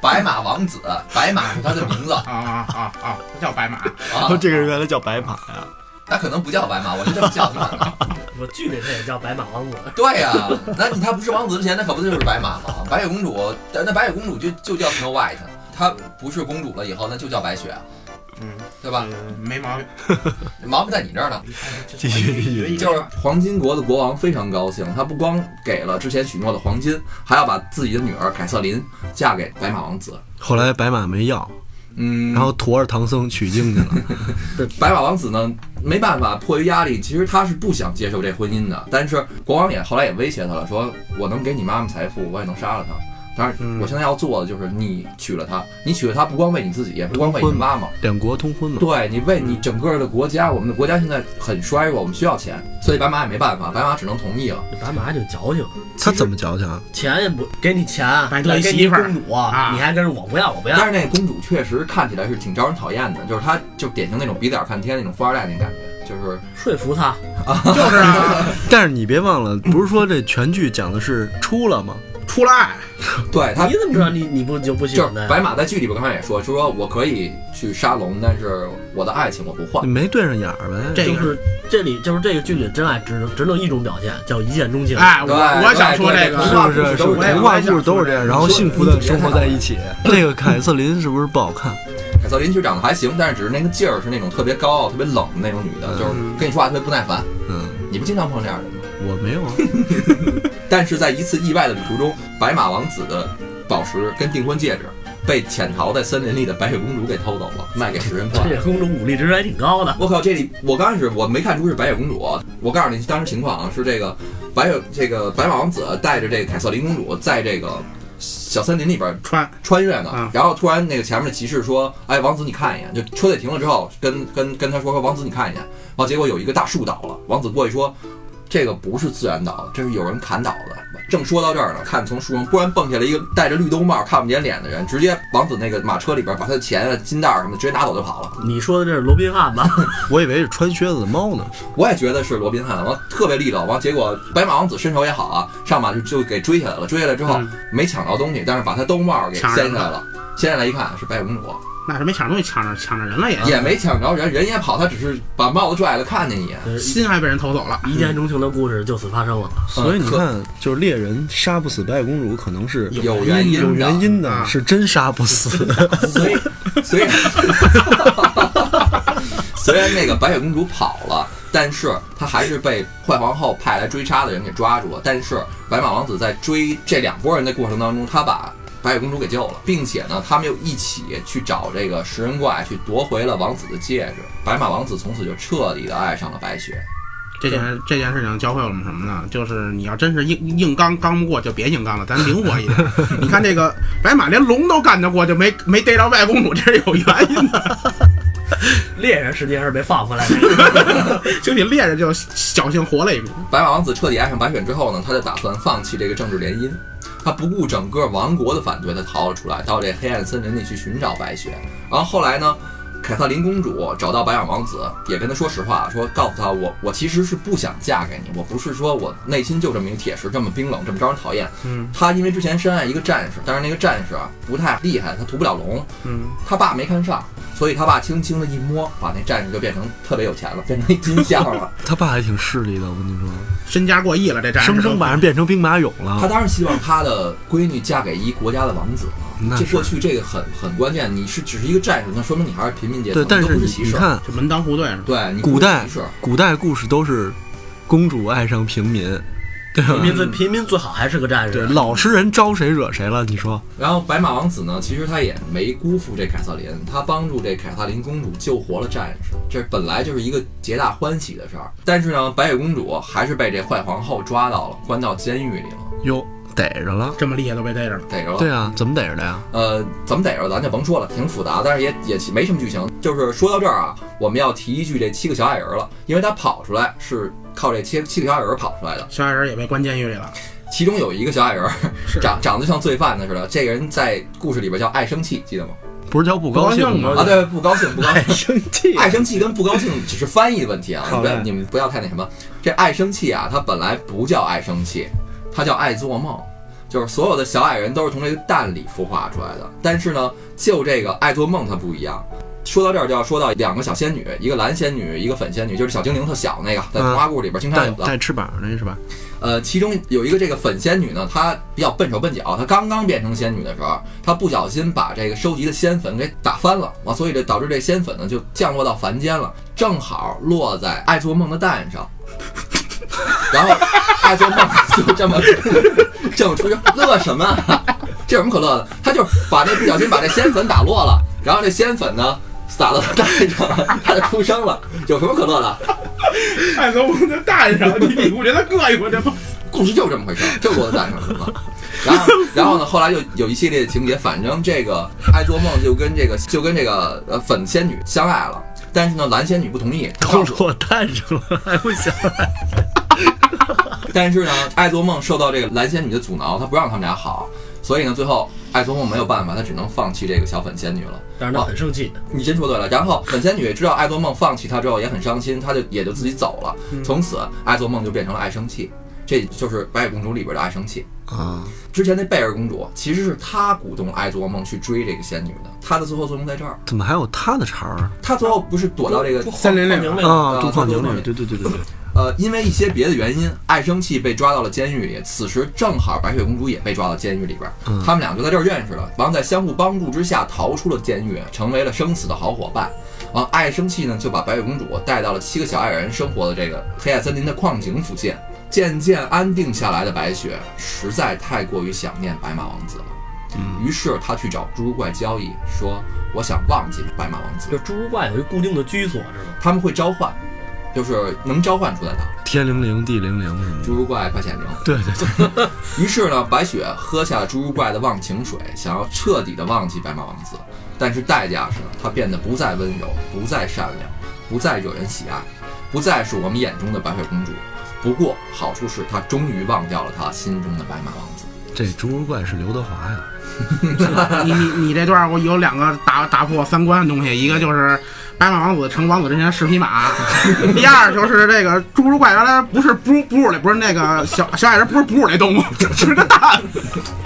[SPEAKER 1] 白马王子，白马是他的名字啊
[SPEAKER 5] 啊啊啊啊， <laughs> 不叫白马。。
[SPEAKER 3] 然后这个人原来叫白马呀，
[SPEAKER 1] 他可能不叫白马，我是这么叫他的。
[SPEAKER 2] 我剧里他也叫白马王子，
[SPEAKER 1] 对呀、那你他不是王子之前，那可不就是白马吗？白雪公主，但那白雪公主就就叫 Snow White，她不是公主了以后，那就叫白雪，啊
[SPEAKER 5] 嗯，
[SPEAKER 1] 对吧？
[SPEAKER 5] 没毛病。嗯
[SPEAKER 1] 毛病在你这儿呢。
[SPEAKER 3] 继续继续
[SPEAKER 1] 就是黄金国的国王非常高兴，他不光给了之前许诺的黄金，还要把自己的女儿凯瑟琳嫁给白马王子。
[SPEAKER 3] 后来白马没要，
[SPEAKER 1] 嗯，
[SPEAKER 3] 然后驮着唐僧取经去 <laughs> 了。
[SPEAKER 1] 白马王子呢，没办法，迫于压力，其实他是不想接受这婚姻的。但是国王也后来也威胁他了，说我能给你妈妈财富，我也能杀了她。但
[SPEAKER 3] 嗯
[SPEAKER 1] 是我现在要做的就是你娶了她，你娶了她不光为你自己，也不光为你妈妈，
[SPEAKER 3] 两国通婚嘛，嗯
[SPEAKER 1] 对你为你整个的国家，我们的国家现在很衰弱，我们需要钱，所以白马也没办法，白马只能同意了。
[SPEAKER 2] 这白马挺矫情，
[SPEAKER 3] 他怎么矫情啊？
[SPEAKER 2] 嗯钱也不给你钱，
[SPEAKER 5] 白得
[SPEAKER 2] 再
[SPEAKER 5] 一
[SPEAKER 2] 给你
[SPEAKER 5] 媳妇儿
[SPEAKER 2] 公主，
[SPEAKER 5] 啊
[SPEAKER 2] 你还跟着我不要我不要
[SPEAKER 1] 但，是那公主确实看起来是挺招人讨厌的，就是她就典型那种鼻子眼儿看天那种富二代那感觉，就是
[SPEAKER 2] 说服他
[SPEAKER 5] 就是啊，
[SPEAKER 3] 但是你别忘了，不是说这全剧讲的是出了吗？
[SPEAKER 5] 出了爱，
[SPEAKER 1] 对她
[SPEAKER 2] 你怎么知道你你不就不喜
[SPEAKER 1] 就
[SPEAKER 2] 欢他
[SPEAKER 1] 是
[SPEAKER 2] 呀？
[SPEAKER 1] 白马在剧里边刚才也说，就说我可以去沙龙，但是我的爱情我不换。
[SPEAKER 3] 没对上眼儿呗。
[SPEAKER 5] 这个
[SPEAKER 2] 就是这里就是这个剧里的真爱只能只能一种表现，叫一见钟情。
[SPEAKER 5] 哎，我
[SPEAKER 1] 对
[SPEAKER 5] 我想说
[SPEAKER 1] 对
[SPEAKER 5] 这个
[SPEAKER 1] 对
[SPEAKER 3] 是不是？是
[SPEAKER 1] 童
[SPEAKER 3] 不
[SPEAKER 1] 话故事都
[SPEAKER 3] 是
[SPEAKER 1] 是这样
[SPEAKER 3] 童话故事啊都是这样，然后幸福的生活在一 <laughs> 起。这个凯瑟琳是不是不好看？
[SPEAKER 1] 凯瑟琳其实长得还行，但是只是那个劲儿是那种特别高傲、特别冷的那种女的，就是跟你说话特别不耐烦。
[SPEAKER 3] 嗯，
[SPEAKER 1] 你不经常碰这样的人吗？
[SPEAKER 3] 我没有啊。
[SPEAKER 1] 但是在一次意外的旅途中，白马王子的宝石跟订婚戒指被潜逃在森林里的白雪公主给偷走了，卖给食
[SPEAKER 2] <laughs>
[SPEAKER 1] 人
[SPEAKER 2] 这
[SPEAKER 1] 怪。
[SPEAKER 2] 也公主武力值还挺高的，
[SPEAKER 1] 我靠，这里我刚开始我没看出是白雪公主，我告诉你当时情况啊，是这个白雪这个白马王子带着这个凯瑟琳公主在这个小森林里边
[SPEAKER 5] 穿
[SPEAKER 1] 穿越呢，
[SPEAKER 5] 啊
[SPEAKER 1] 然后突然那个前面的骑士说：“哎，王子你看一眼。”就车队停了之后，跟跟跟他说说：“王子你看一眼。”然后结果有一个大树倒了，王子过去说：“这个不是自然倒的，这是有人砍倒的。”正说到这儿呢，看从树上突然蹦下来一个戴着绿兜帽、看不见脸的人，直接往子那个马车里边把他的钱啊、金袋儿什么的直接拿走就跑了。
[SPEAKER 2] 你说的这是罗宾 <laughs> 汉吧？
[SPEAKER 3] <laughs> 我以为是穿靴子的猫呢。
[SPEAKER 1] 我也觉得是罗宾汉，完特别利落，完结果白马王子身手也好啊，上马就就给追下来了，追下来之后、
[SPEAKER 5] 嗯
[SPEAKER 1] 没抢着东西，但是把他兜帽给掀
[SPEAKER 5] 抢
[SPEAKER 1] 下
[SPEAKER 5] 人
[SPEAKER 1] 来了，掀下来一看是白雪公主。
[SPEAKER 5] 那是没抢着东西，抢着抢着人了也，
[SPEAKER 1] 也没抢着人，人也跑，他只是把帽子拽了，看见你。
[SPEAKER 5] 心还被人偷走了。
[SPEAKER 2] 一见钟情的故事就此发生了。
[SPEAKER 3] <laughs> 所以你
[SPEAKER 1] 可
[SPEAKER 3] 看，就是猎人杀不死白雪公主，可能是
[SPEAKER 1] 有原因的
[SPEAKER 3] 有原因的，
[SPEAKER 5] 啊
[SPEAKER 3] 是真杀不死。
[SPEAKER 1] 所以， <laughs> 虽然虽然那个白雪公主跑了，但是她还是被坏皇后派来追杀的人给抓住了。但是白马王子在追这两拨人的过程当中，他把白雪公主给救了，并且呢，他们又一起去找这个食人怪，去夺回了王子的戒指。白马王子从此就彻底的爱上了白雪。
[SPEAKER 5] 这件这件事情教会我们什么呢？就是你要真是硬硬刚刚不过，就别硬刚了，咱灵活一
[SPEAKER 3] <laughs>
[SPEAKER 5] 点。你看这个白马连龙都干得过，就没没逮着外公主，这是有原因的。 <laughs>
[SPEAKER 2] 猎人世界是被放回来的，
[SPEAKER 5] 兄弟猎着就侥幸活了一命。
[SPEAKER 1] 白马王子彻底爱上白雪之后呢，他就打算放弃这个政治联姻，他不顾整个王国的反对，他逃了出来，到这黑暗森林里去寻找白雪。然后后来呢，凯瑟琳公主找到白马王子，也跟他说实话，说告诉他我我其实是不想嫁给你，我不是说我内心就这么一个铁石，这么冰冷，这么招人讨厌。
[SPEAKER 5] 嗯
[SPEAKER 1] 他因为之前深爱一个战士，但是那个战士啊不太厉害，他屠不了龙，
[SPEAKER 5] 嗯，
[SPEAKER 1] 他爸没看上，所以他爸轻轻的一摸，把那战士就变成特别有钱了，变成一金像了。
[SPEAKER 3] <laughs> 他爸还挺势利的，我跟你说，
[SPEAKER 5] 身家过亿了，这战士
[SPEAKER 3] 生生把人变成兵马俑
[SPEAKER 1] 他
[SPEAKER 3] 了。
[SPEAKER 1] 当然希望他的闺女嫁给一国家的王子了
[SPEAKER 3] 那。
[SPEAKER 1] 这
[SPEAKER 3] 是
[SPEAKER 1] 过去这个很很关键，你是只是一个战士，那说明你还是平民阶层，
[SPEAKER 3] 对，但
[SPEAKER 1] 你都
[SPEAKER 3] 是
[SPEAKER 1] 不
[SPEAKER 3] 你
[SPEAKER 1] 是骑
[SPEAKER 3] 你
[SPEAKER 1] 士。
[SPEAKER 3] 看，
[SPEAKER 5] 就门当户对是吧？
[SPEAKER 1] 对，你
[SPEAKER 3] 古代
[SPEAKER 1] 不是骑士
[SPEAKER 3] 古代故事都是公主爱上平民，对吧
[SPEAKER 2] 平？民最平民最好还是个战
[SPEAKER 3] 对，
[SPEAKER 2] 士。啊
[SPEAKER 3] 老实人招谁惹谁了？你说
[SPEAKER 1] 然后白马王子呢，其实他也没辜负这凯瑟琳，他帮助这凯瑟琳公主救活了战士，这本来就是一个皆大欢喜的事儿。但是呢，白雪公主还是被这坏皇后抓到了，关到监狱里了，
[SPEAKER 3] 哟，逮着了。
[SPEAKER 5] 这么厉害都被逮着了。
[SPEAKER 1] 逮着了。
[SPEAKER 3] 对啊，怎么逮着的呀？
[SPEAKER 1] 呃，怎么逮着咱就甭说了，挺复杂，但是也也没什么剧情。就是说到这儿啊，我们要提一句这七个小矮人了，因为他跑出来是靠这七七个小矮人跑出来的。
[SPEAKER 5] 小矮人也被关监狱里 <laughs> 了，
[SPEAKER 1] 其中有一个小矮人儿
[SPEAKER 5] 是
[SPEAKER 1] 长长得像罪犯的似的，这个人在故事里边叫爱生气，记得吗？
[SPEAKER 3] 不是叫不高兴
[SPEAKER 5] 不
[SPEAKER 3] 吗
[SPEAKER 5] 高
[SPEAKER 1] 啊，？对，不高兴，不
[SPEAKER 3] <laughs>
[SPEAKER 1] 高兴。
[SPEAKER 3] 生气
[SPEAKER 1] 爱生气跟不高兴只是翻译的问题啊，你
[SPEAKER 3] 好
[SPEAKER 1] 不要
[SPEAKER 3] 嘞
[SPEAKER 1] 你们不要太那什么。这爱生气啊，它本来不叫爱生气，它叫爱做梦。就是所有的小矮人都是从这个蛋里孵化出来的，但是呢，就这个爱做梦它不一样。说到这儿就要说到两个小仙女，一个蓝仙女，一个粉仙女，就是小精灵特小那个，在童话
[SPEAKER 3] 啊
[SPEAKER 1] 故事里边经常
[SPEAKER 3] 带
[SPEAKER 1] 有的。
[SPEAKER 3] 带翅膀那是 <laughs> 吧？
[SPEAKER 1] 呃，其中有一个这个粉仙女呢，她比较笨手笨脚，她刚刚变成仙女的时候，她不小心把这个收集的仙粉给打翻了啊，所以这导致这仙粉呢就降落到凡间了，正好落在爱做梦的蛋上，然后爱做梦就这么这么出去乐什么啊？这有什么可乐的？她就把这不小心把这仙粉打落了，然后这鲜粉呢撒到他蛋上，他就出声了，有什么可乐的？
[SPEAKER 5] 太能往那蛋上，你你我觉得膈应我这不。
[SPEAKER 1] 故事就是这么回事儿，就给我带上去了。然后，然后呢？后来就有一系列的情节，反正这个爱做梦就跟这个就跟这个呃粉仙女相爱了，但是呢，蓝仙女不同意。
[SPEAKER 3] 都落蛋上了，还不想
[SPEAKER 1] 但是呢，爱做梦受到这个蓝仙女的阻挠，她不让他们俩好，所以呢，最后爱做梦没有办法，她只能放弃这个小粉仙女了。
[SPEAKER 2] 但是他很生气，
[SPEAKER 1] 你真说对了。然后粉仙女知道爱做梦放弃她之后也很伤心，她就也就自己走了。从此，爱做梦就变成了爱生气，这就是白雪公主里边的爱生气。
[SPEAKER 3] 啊！
[SPEAKER 1] 之前那贝尔公主其实是她鼓动爱做梦去追这个仙女的，她的最后作用在这儿。
[SPEAKER 3] 怎么还有他的茬儿
[SPEAKER 1] 她最后不是躲到这个
[SPEAKER 5] 森林里
[SPEAKER 2] 明白了，
[SPEAKER 3] 啊？
[SPEAKER 1] 啊
[SPEAKER 3] 东方牛
[SPEAKER 1] 东方牛
[SPEAKER 3] 女，对对对对对，
[SPEAKER 1] 呃，因为一些别的原因，爱生气被抓到了监狱里。此时正好白雪公主也被抓到监狱里边，
[SPEAKER 3] 嗯
[SPEAKER 1] 他们俩就在这儿认识了。完，在相互帮助之下逃出了监狱，成为了生死的好伙伴。完，爱生气呢就把白雪公主带到了七个小矮人生活的这个黑暗森林的矿井附近。渐渐安定下来的白雪实在太过于想念白马王子了，于是她去找侏儒怪交易，说我想忘记白马王子
[SPEAKER 2] 就。侏儒怪有一固定的居所是吧？
[SPEAKER 1] 他们会召唤，就是能召唤出来的
[SPEAKER 3] 天灵灵，地灵灵什么的。
[SPEAKER 1] 侏儒怪快显灵。
[SPEAKER 3] 对对对，
[SPEAKER 1] 于是呢，白雪喝下了侏儒怪的忘情水，想要彻底的忘记白马王子，但是代价是她变得不再温柔，不再善良，不再惹人喜爱，不再是我们眼中的白雪公主。不过好处是，她终于忘掉了她心中的白马王子。
[SPEAKER 3] 这侏儒怪是刘德华
[SPEAKER 5] <laughs>
[SPEAKER 3] 呀，
[SPEAKER 5] 你你你这段我有两个打打破我三观的东西，一个就是白马王子成王子之前是
[SPEAKER 1] <laughs>
[SPEAKER 5] 匹马，第二就是这个侏儒怪原来不是哺哺乳类，不是那个小小矮人，不是哺乳类动物， <laughs> 是个蛋。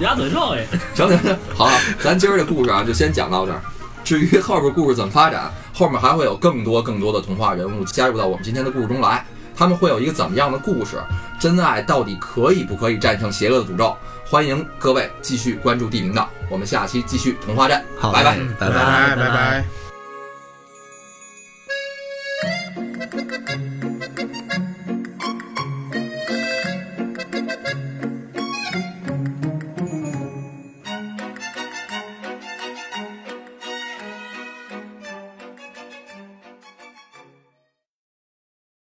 [SPEAKER 2] 鸭嘴兽也，
[SPEAKER 1] 行行行，好了，咱今儿这故事啊，就先讲到这儿。至于后边故事怎么发展，后面还会有更多更多的童话人物加入到我们今天的故事中来。他们会有一个怎么样的故事？真爱到底可以不可以战胜邪恶的诅咒？欢迎各位继续关注地频道，我们下期继续童话战，
[SPEAKER 3] 好嗯
[SPEAKER 1] 拜拜。
[SPEAKER 3] 拜拜。
[SPEAKER 5] 哎拜
[SPEAKER 2] 拜
[SPEAKER 5] 拜。